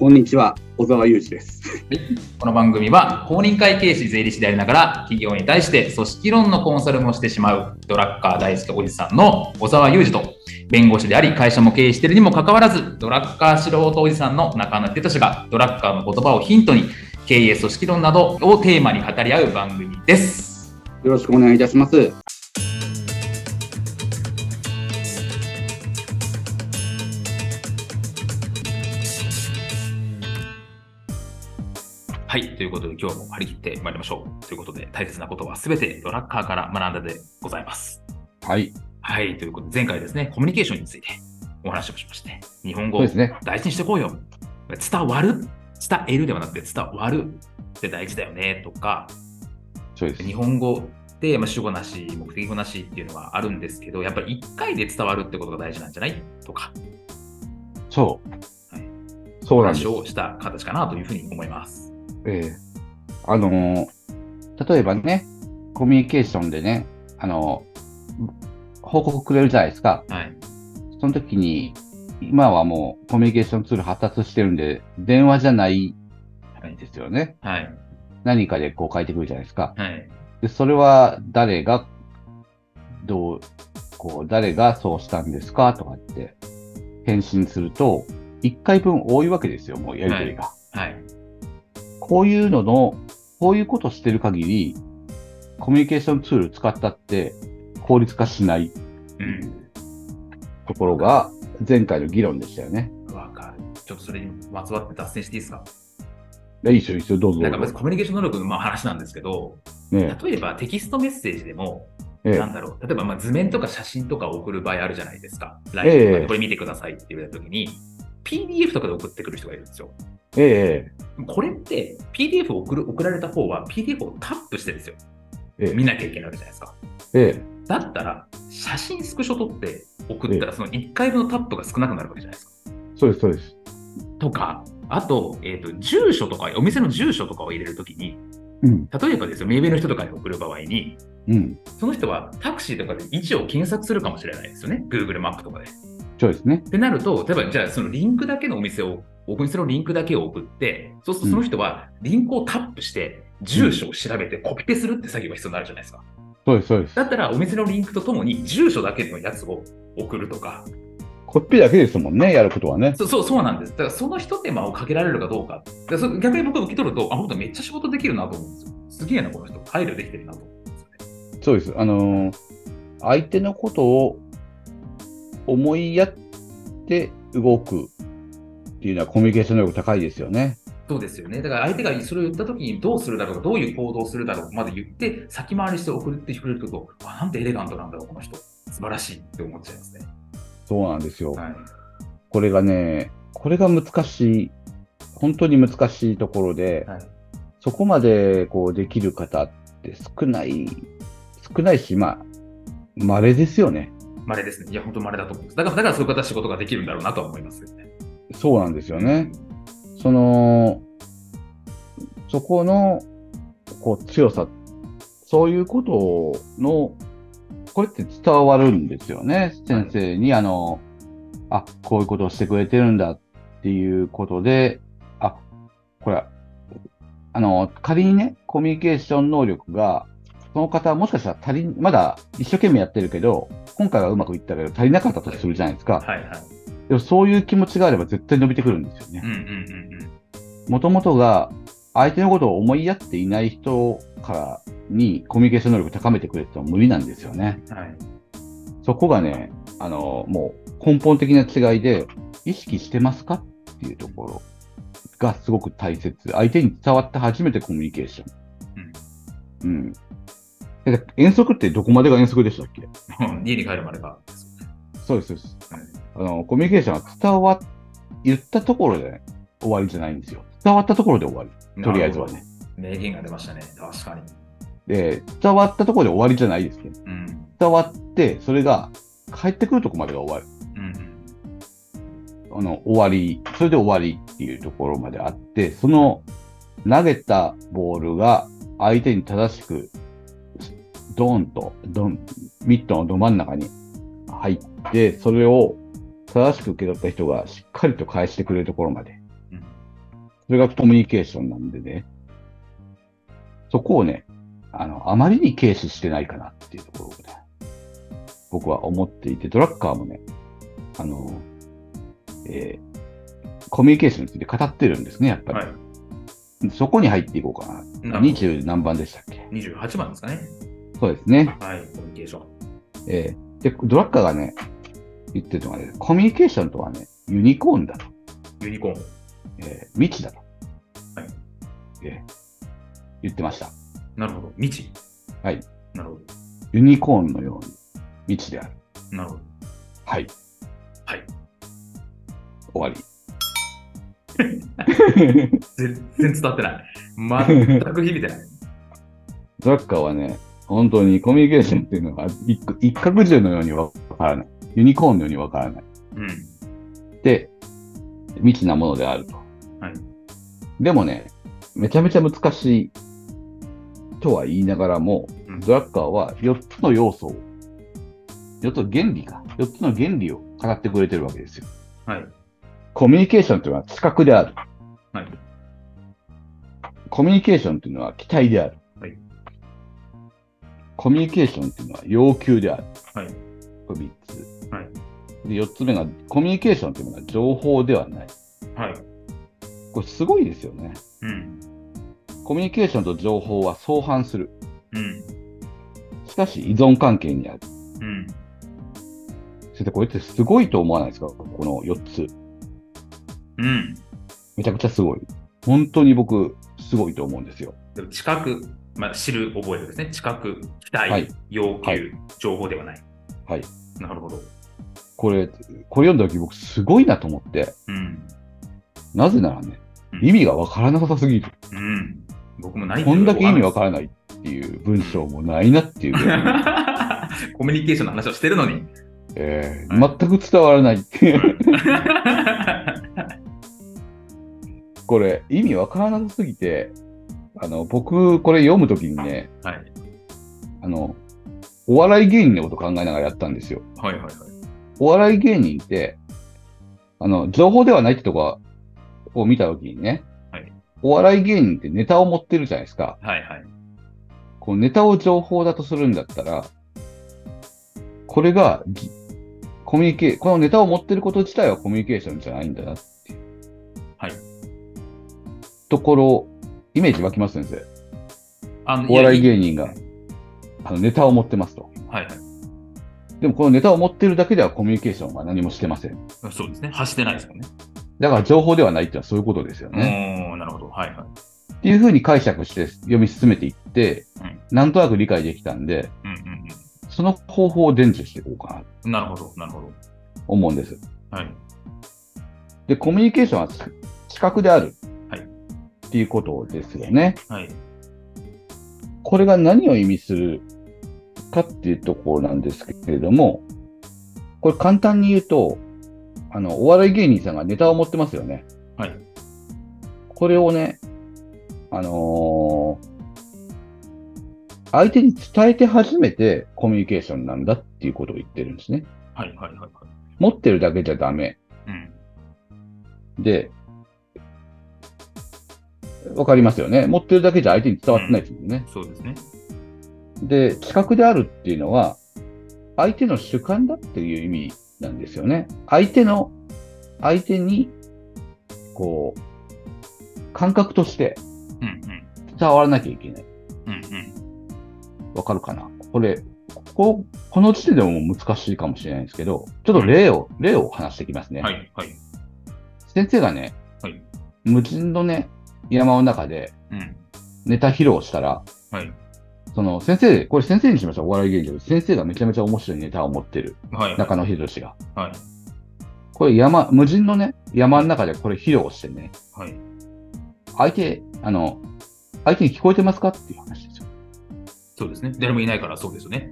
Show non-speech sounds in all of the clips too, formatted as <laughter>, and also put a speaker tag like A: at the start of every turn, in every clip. A: こんにちは、小沢裕二です。
B: この番組は公認会計士税理士でありながら企業に対して組織論のコンサルもしてしまうドラッカー大好きおじさんの小沢裕二と弁護士であり会社も経営しているにもかかわらずドラッカー素人おじさんの中野哲がドラッカーの言葉をヒントに経営組織論などをテーマに語り合う番組です。
A: よろしくお願いいたします。
B: はい。ということで、今日も張り切ってまいりましょう。ということで、大切なことは全てドラッカーから学んだでございます。
C: はい、
B: はい、ということで、前回ですね、コミュニケーションについてお話をしまして、日本語
C: そう
B: を
C: ですね。
B: 大事にしていこうよ。伝わる、伝えるではなくて、伝わるって大事だよねとか、
C: そうです。
B: 日本語って、まあ、主語なし、目的語なしっていうのはあるんですけど、やっぱり1回で伝わるってことが大事なんじゃないとか、
C: そう、
B: はい
C: そうなんです
B: 話。をした形かなというふうに思います。
C: ええあのー例えばね、コミュニケーションでね、あのー報告くれるじゃないですか。
B: はい。
C: その時に、今はもうコミュニケーションツール発達してるんで、電話じゃない
B: はい
C: ん。ですよね。
B: はい。
C: 何かでこう書いてくるじゃないですか。
B: はい。
C: で、それは誰が、どう、こう、誰がそうしたんですかとかって、返信すると、一回分多いわけですよ、もうやりとりが。
B: はい。
C: こういうのの、こういうことしてる限り、コミュニケーションツール使ったって効率化しない
B: うん。
C: ところが前回の議論でしたよね。
B: わかる。ちょっとそれにまつわって脱線していいですか
C: いやいいですよ、いいですよ、どうぞ
B: な
C: ど
B: んか
C: う
B: まず
C: ぞ。
B: コミュニケーション能力のまあ話なんですけど、
C: ね
B: 例えばテキストメッセージでも、
C: ええ
B: なんだろう、例えばまあ図面とか写真とか送る場合あるじゃないですか。LINE とか
C: ええ
B: でこれ見てくださいって言われたときに、PDF とかで送ってくる人がいるんですよ。
C: ええ
B: これって、PDF を送る送られた方は PDF をタップしてですよ。
C: ええ
B: 見なきゃいけないわけじゃないですか。
C: ええ
B: だったら、写真スクショ取って送ったら、その1回分のタップが少なくなるわけじゃないですか。
C: そうです、そうです。
B: とか、あと、えっ、と、住所とか、お店の住所とかを入れるときに、
C: うん、
B: 例えばですよ、名弁の人とかに送る場合に、
C: うん、
B: その人はタクシーとかで位置を検索するかもしれないですよね、Google マップとかで。っ
C: そうですね。
B: てなると、例えばじゃあそのリンクだけのお店を、お店のリンクだけを送って、そうするとその人はリンクをタップして、住所を調べてコピペするって作業が必要になるじゃないですか。
C: そうです、そうです。
B: だったらお店のリンクとともに住所だけのやつを送るとか、
C: コピーだけですもんね、やることはね。
B: そそうそうなんです。だからその一手間をかけられるかどうか。だからそ逆に僕は受け取ると、あ、本当めっちゃ仕事できるなと思うんですよ。すげえな、この人。配慮できてるなと思うんですよね。
C: そうです。あのー相手のことを思いやって動くっていうのはコミュニケーション能力高いですよね。
B: そうですよね。だから相手がそれを言ったときにどうするだろう、どういう行動をするだろう、まず言って、先回りして送ってくれると、あ、なんてエレガントなんだろう、この人。素晴らしいって思っちゃいますね。
C: そうなんですよ。
B: はい。
C: これがね、これが難しい、本当に難しいところで、
B: はい
C: そこまでこうできる方って少ない、少ないし、まあ、稀ですよね。
B: 稀ですね。いや、本当稀だと思います。だから、だからそういう方は仕事ができるんだろうなとは思いますよね。
C: そうなんですよね。その、そこの、こう、強さ、そういうことの、これって伝わるんですよね。先生に、あの、あ、こういうことをしてくれてるんだっていうことで、あ、これ、あの、仮にね、コミュニケーション能力が、その方はもしかしたら足り、まだ一生懸命やってるけど、今回はうまくいったけど足りなかったとするじゃないですか。
B: はいはい。
C: でもそういう気持ちがあれば絶対伸びてくるんですよね
B: うん。うんうんうん。
C: もともとが相手のことを思いやっていない人からにコミュニケーション能力を高めてくれってのは無理なんですよね。
B: はい。
C: そこがね、あの、もう根本的な違いで、意識してますかっていうところがすごく大切。相手に伝わって初めてコミュニケーション。うん。だって遠足ってどこまでが遠足でしたっけ
B: <laughs> 家に帰るまでが。
C: そうです、そうです
B: はい。
C: あの、コミュニケーションは伝わっ、言ったところで終わりじゃないんですよ。伝わったところで終わり。とりあえずはね。
B: なるほど。名言が出ましたね。確かに。
C: で、伝わったところで終わりじゃないですね。
B: うん。
C: 伝わって、それが帰ってくるとこまでが終わ
B: うんうん。
C: る。あの、終わり、それで終わりっていうところまであって、その投げたボールが相手に正しく、ドーンと、ドン、ミットのど真ん中に入って、それを正しく受け取った人がしっかりと返してくれるところまで
B: うん。
C: それがコミュニケーションなんでね、そこをね、あの、あまりに軽視してないかなっていうところをね、僕は思っていて、ドラッカーもね、あの、えーコミュニケーションについて語ってるんですね、やっぱり。
B: はい
C: そこに入っていこうかな。
B: なるほ
C: 20何番でしたっけ
B: ど28番ですかね。
C: そうですね。
B: はい、コミュニケーション。
C: えーで、ドラッカーがね、言ってるのがね、コミュニケーションとはね、ユニコーンだと。
B: ユニコーン。
C: えー未知だと。
B: はい
C: えー言ってました。
B: なるほど。未知。
C: はい。
B: なるほ
C: ユニコーンのように未知である。
B: ど。なるほど。
C: はい。
B: はい。
C: 終わり。
B: 全然伝わってない。全く響いてない。
C: ドラッカーはね、本当にコミュニケーションっていうのが一一角獣のようにわからない。ユニコーンのようにわからない。
B: うん。
C: で、未知なものであると。
B: はい
C: でもね、めちゃめちゃ難しいとは言いながらも、
B: うん
C: ドラッカーは4つの要素を、4つの原理か、4つの原理を語ってくれてるわけですよ。
B: はい。
C: コミュニケーションというのは知覚である。
B: はい。
C: コミュニケーションというのは期待である。
B: はい
C: コミュニケーションというのは要求である。
B: はい
C: これ3つ。
B: はい
C: で、4つ目が、コミュニケーションというものは情報ではない。
B: はい。
C: これすごいですよね。
B: うん。
C: コミュニケーションと情報は相反する。
B: うん。
C: しかし依存関係にある。
B: うん。
C: 先生、これってすごいと思わないですかこの4つ。
B: うん。
C: めちゃくちゃすごい。本当に僕、すごいと思うんですよ。
B: でも知覚、まあ、知る、覚えるですね。知覚、期待、
C: はい
B: 要求、
C: はい
B: 情報ではない。
C: はい。
B: なるほど。
C: これ、これ読んだ時僕すごいなと思って。
B: うん。
C: なぜならね
B: う、ん
C: 意味がわからなさすぎる。
B: うん。僕も何
C: こんだけ意味わかららないっていう文章もないなっていうぐらい。
B: ないです。 <laughs> コミュニケーションの話をしてるのに。 <laughs>
C: えー全く伝わらないっていうこれ、意味わからなさすぎて、あの、僕、これ読むときにね、
B: はい。
C: あの、お笑い芸人のこと考えながらやったんですよ。
B: はいはいはい。
C: お笑い芸人って、あの、情報ではないってとこを見たときにね、
B: はい
C: お笑い芸人ってネタを持ってるじゃないですか。
B: はいはい。
C: こうネタを情報だとするんだったら、これがじ、コミュニケこのネタを持ってること自体はコミュニケーションじゃないんだなっていう。
B: はい。
C: ところ、イメージ湧きます先生。
B: あの
C: お笑い
B: や
C: 芸人が、あの、ネタを持ってますと。
B: はいはい。
C: でもこのネタを持ってるだけではコミュニケーションは何もしてません。
B: そうですね。発してないですもんね。
C: だから情報ではないっていうのはそういうことですよね。
B: おーなるほど。はいはい。
C: っていうふうに解釈して読み進めていって、
B: うん
C: なんとなく理解できたんで、
B: うんうん
C: その方法を伝授していこうかなと
B: うん。なるほど。なるほど。
C: 思うんです。
B: はい。
C: で、コミュニケーションは知知覚である。
B: はい
C: っていうことですよね。
B: はい。
C: これが何を意味するかっていうところなんですけれども、これ簡単に言うと、あの、お笑い芸人さんがネタを持ってますよね。
B: はい。
C: これをね、あのー相手に伝えて初めてコミュニケーションなんだっていうことを言ってるんですね。
B: はいはいはいはい。
C: 持ってるだけじゃダメ。
B: うん。
C: で、わかりますよね。持ってるだけじゃ相手に伝わってないですもんね。
B: そうですね。
C: で、知覚であるっていうのは、相手の主観だっていう意味なんですよね。相手の、相手に、こう、感覚として
B: うんうん。
C: 伝わらなきゃいけない。
B: うんうん。
C: わかるかなこれ、ここ、この時点でももう難しいかもしれないんですけど、ちょっと例を、例を話していきますね。
B: はいはい。
C: 先生がね、
B: はい
C: 無人のね、山の中で
B: うん。
C: ネタ披露したら、
B: はい
C: その先生、これ先生にしましょう、お笑い芸人で。先生がめちゃめちゃ面白いネタを持ってる、
B: はい。
C: 中野博士が。
B: はい。
C: これ山、無人のね、山の中でこれ披露してね、
B: はい。
C: 相手、あの、相手に聞こえてますかっていう話ですよ。
B: そうですね。誰もいないからそうですよね。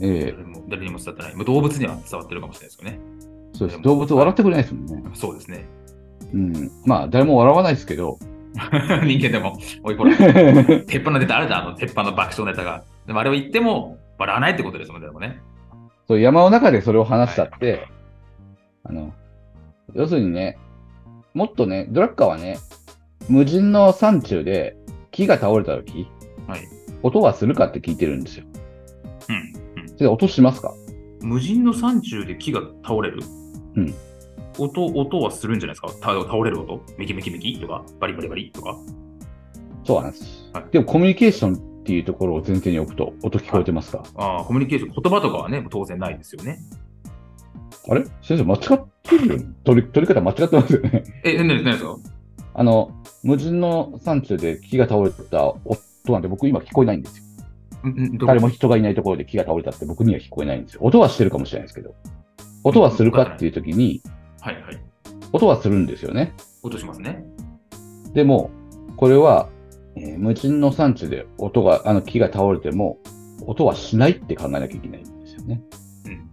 C: ええ
B: 誰も誰にも伝わってない。まあ動物には伝わってるかもしれないですよね。
C: そうです。動物笑ってくれないですもんね。
B: そうですね。 <laughs>
C: うん。まあ、誰も笑わないですけど。 <laughs>
B: 人間でも、おいこれ、鉄板のネタあれだ、あの鉄板の爆笑ネタが。でもあれを言っても、笑わないってことですもんね、でもね。
C: そう山の中でそれを話したって、あの、要するにね、もっとね、ドラッカーはね、無人の山中で木が倒れた時、
B: はい
C: 音はするかって聞いてるんですよ。
B: うん。
C: それで音しますか
B: 無人の山中で木が倒れる
C: うん。
B: 音、音はするんじゃないですかた倒れる音メキメキメキとか、バリバリバリとか。
C: そうなんです、
B: はい
C: でもコミュニケーションっていうところを前提に置くと、音聞こえてますか、
B: ああ、コミュニケーション、言葉とかはね、当然ないですよね。
C: あれ先生間違ってるよ。取り、取り方間違ってますよね。
B: え、何です何ですか
C: あの、無人の山中で木が倒れた音なんて僕今聞こえないんですよ。
B: んんどこ
C: 誰も人がいないところで木が倒れたって僕には聞こえないんですよ。音はしてるかもしれないですけど。音はするかっていう時に、
B: はいはい。
C: 音はするんですよね。
B: 音しますね。
C: でも、これは、えー無人の産地で音が、あの木が倒れても、音はしないって考えなきゃいけないんですよね。
B: うん。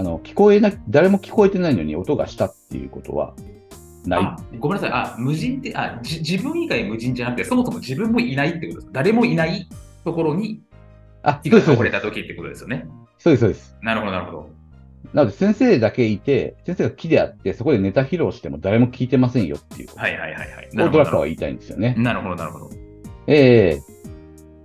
C: あの、聞こえな、誰も聞こえてないのに音がしたっていうことは、ない。
B: あごめんなさい、あ無人ってあじ、自分以外無人じゃなくて、そもそも自分もいないってことですか誰もいないところに
C: あ、
B: 木が倒
C: そう
B: れ
C: です、
B: た時ってことですよね。
C: そうです。そうです
B: なるほど、なるほど。
C: なので、先生だけいて、先生が木であって、そこでネタ披露しても誰も聞いてませんよっていうこ
B: はいはいはいはい。
C: と
B: な
C: を
B: るほ
C: ドラ
B: ど
C: ッカーは言いたいんですよね。
B: なるほど、なるほど。
C: ええ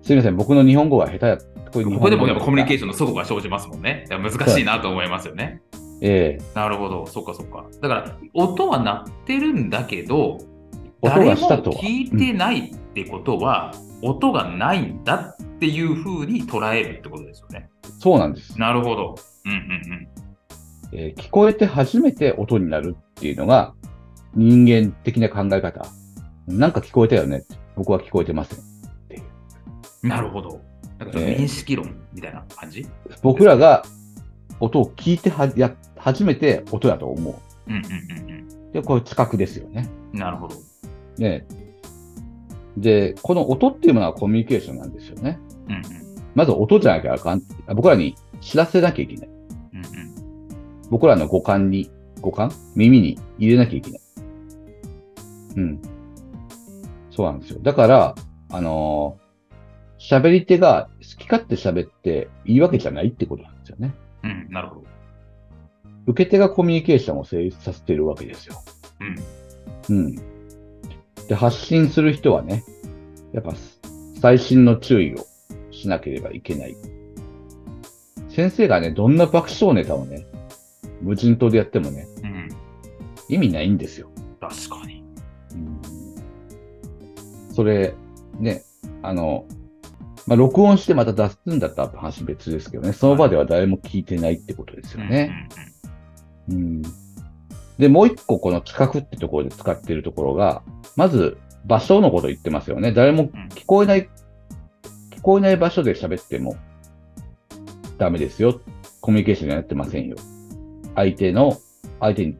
C: すみません、僕の日本語は下手や。これ
B: ここでもやっぱコミュニケー
C: ション。
B: ションの齟齬が生じますもんね。だから難しいなと思いますよね。
C: ええ
B: なるほど、そっかそっか。だから、音は鳴ってるんだけど、
C: 音
B: 誰も
C: がしたとは。
B: 聞いてないってことは、音がないんだっていうふうに捉えるってことですよね。
C: そうなんです、
B: なるほど。うんうん
C: えー聞こえて初めて音になるっていうのが人間的な考え方。なんか聞こえたよね。僕は聞こえてません。
B: うん。なるほど。なんかちょっと
C: ええ
B: 認識論みたいな感じ、
C: 僕らが音を聞いてはや初めて音だと思
B: うんうんうん
C: う。で、これ知覚ですよね。
B: うん。なるほど。
C: ねえで、この音っていうものはコミュニケーションなんですよね。
B: うんうん
C: まず音じゃなきゃあかん。僕らに知らせなきゃいけない。
B: うんうん。
C: 僕らの五感に、五感耳に入れなきゃいけない。うん。そうなんですよ。だから、あのー喋り手が好き勝手喋っていいわけじゃないってことなんですよね。
B: うん、なるほど。
C: 受け手がコミュニケーションを成立させてるわけですよ。
B: うん。
C: うん。で、発信する人はね、やっぱ最新の注意をしなければいけない。先生がね、どんな爆笑ネタをね、無人島でやってもね、
B: うん。
C: 意味ないんですよ。
B: 確かに。
C: それ、ね、あの、まあ、録音してまた出すんだったら話別ですけどね、その場では誰も聞いてないってことですよね。うんで、もう一個この企画ってところで使ってるところが、まず場所のこと言ってますよね。誰も
B: うんうんうん。
C: 聞こえない、聞こえない場所で喋ってもダメですよ。コミュニケーションになってませんよ。相手の、相手に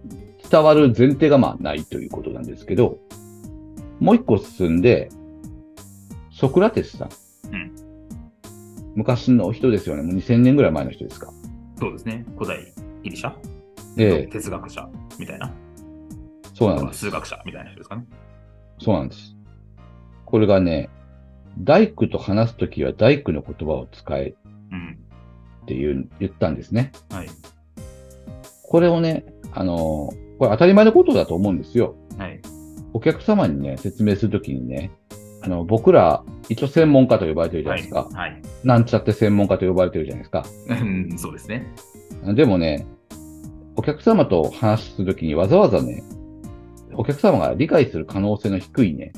C: 伝わる前提がまあないということなんですけど、もう一個進んで、ソクラテスさん。
B: うん
C: 昔の人ですよね。もう2000年ぐらい前の人ですか。
B: そうですね。古代ギリシャ、
C: ええ、
B: 哲学者みたいな、
C: そうなんです。
B: 数学者みたいな人ですかね。
C: そうなんです。これがね、大工と話すときは大工の言葉を使えっ
B: うん。
C: て言う言ったんですね。
B: はい。
C: これをね、あのーこれ当たり前のことだと思うんですよ。
B: はい。
C: お客様にね、説明するときにね、あの、僕ら、一応専門家と呼ばれてるじゃな
B: はいい
C: ですか。。
B: はい。
C: なんちゃって専門家と呼ばれてるじゃないですか。
B: うん、そうですね。
C: でもね、お客様と話すときにわざわざね、お客様が理解する可能性の低いね、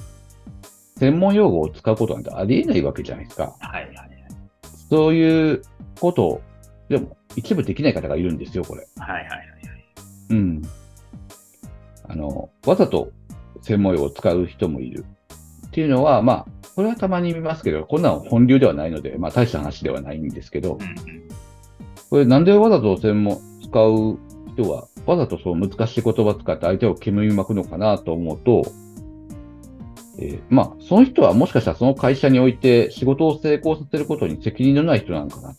C: 専門用語を使うことなんてありえないわけじゃないですか。
B: はいはいはい。
C: そういうことを、でも一部できない方がいるんですよ、これ。
B: はいはいはい。
C: うん。あの、わざと専門用語を使う人もいる。っていうのは、まあ、これはたまに見ますけど、こんなの本流ではないので、まあ大した話ではないんですけど
B: う、んうん。
C: これなんでわざと専門使う人は、わざとそう難しい言葉使って相手を煙に巻くのかなと思うと、えーまあ、その人はもしかしたらその会社において仕事を成功させることに責任のない人なのかな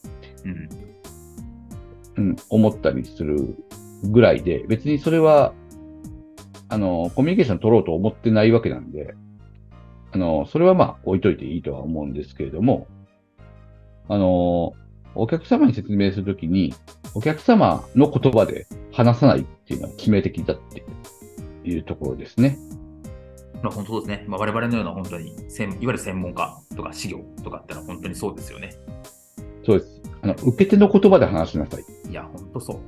B: うん、
C: うん、思ったりするぐらいで、別にそれは、あの、コミュニケーション取ろうと思ってないわけなんで、あの、それはまあ置いといていいとは思うんですけれども、あの、お客様に説明するときに、お客様の言葉で話さないっていうのは致命的だっていうところですね。
B: まあ、本当ですね。まあ、我々のような本当に専、いわゆる専門家とか、資料とかってのは本当にそうですよね。
C: そうです。あの、受け手の言葉で話しなさいっ
B: いや、本当そう。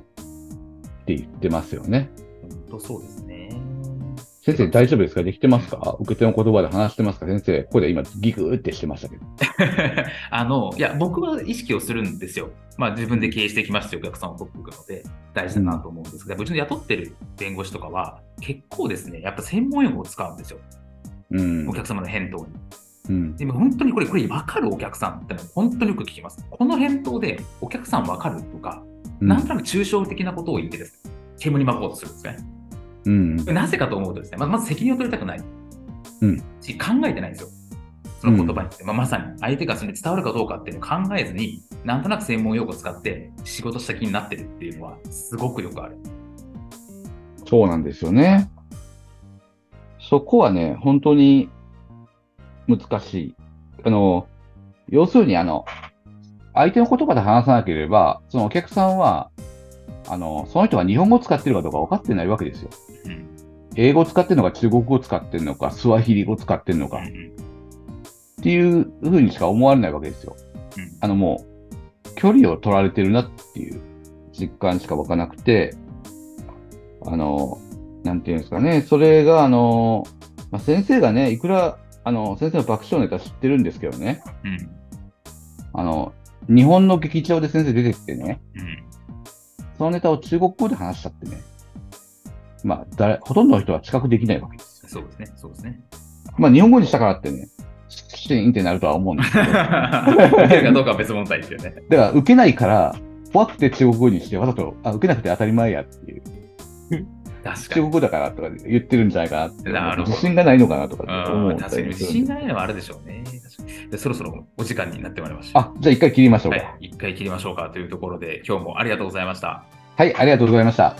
C: て言ってますよね。
B: 本当そうですね。 <laughs>
C: 先生大丈夫ですかできてますか受け手の言葉で話してますか先生、ここで今ギグーってしてましたけど。
B: あの、いや、僕は意識をするんですよ。まあ、自分で経営してきましたお客さんを取っていくので、大事だなと思うんですが、うちの雇ってる弁護士とかは、結構ですね、やっぱ専門用語を使うんですよ。
C: うん
B: お。客様の返答に。
C: うん。
B: でも本当にこれ、これ分かるお客さんってのは本当によく聞きます。この返答でお客さん分かるとか、なんとなく抽象的なことを言ってですね、煙に巻こうとするんですね。
C: うん。
B: なぜかと思うとですね、まずまず責任を取りたくない。
C: うん
B: し、考えてないんですよ。その言葉について、まあ、まさに相手がそれに伝わるかどうかっていうのを考えずに、なんとなく専門用語を使って仕事した気になってるっていうのは、すごくよくある。
C: そうなんですよね。そこはね、本当に難しい。あの、要するに、あの、相手の言葉で話さなければ、そのお客さんは、あの、その人が日本語を使ってるかどうか分かってないわけですよ。
B: うん。
C: 英語を使ってるのか、中国語を使ってるのか、スワヒリ語を使ってるのか
B: う
C: っ
B: ん
C: ていうふうにしか思われないわけですよ。
B: うん
C: あのもう、距離を取られてるなっていう実感しか湧かなくて、あの、なんていうんですかね、それが、あの、まあ、先生がね、いくら、あの、先生の爆笑ネタ知ってるんですけどね、
B: うん。
C: あの、日本の劇場で先生出てきてね、
B: うん。
C: そのネタを中国語で話したってね、まあ、誰、ほとんどの人は知覚できないわけです。
B: そうですね、そうですね。
C: まあ、日本語にしたからってね、シーンってなるとは思うんですけど、だか
B: <laughs> 受けるかどうかは別問題ですよね。
C: ら、受けないから、怖くて中国語にして、わざと、あ、受けなくて当たり前やっていう。
B: 確か
C: 中
B: に。
C: 国語だからとか言ってるんじゃないかなって
B: なるほど
C: 自信がないのかなとかって思
B: う、
C: うんんで
B: 確
C: す
B: か
C: よ
B: に
C: ね
B: 自信がないのはあるでしょうね。確かにでそろそろお時間になってまいりました。
C: あ、じゃあ一回切りましょう
B: は
C: か。
B: い、一回切りましょうかというところで、今日もありがとうございました。
C: はい、ありがとうございました。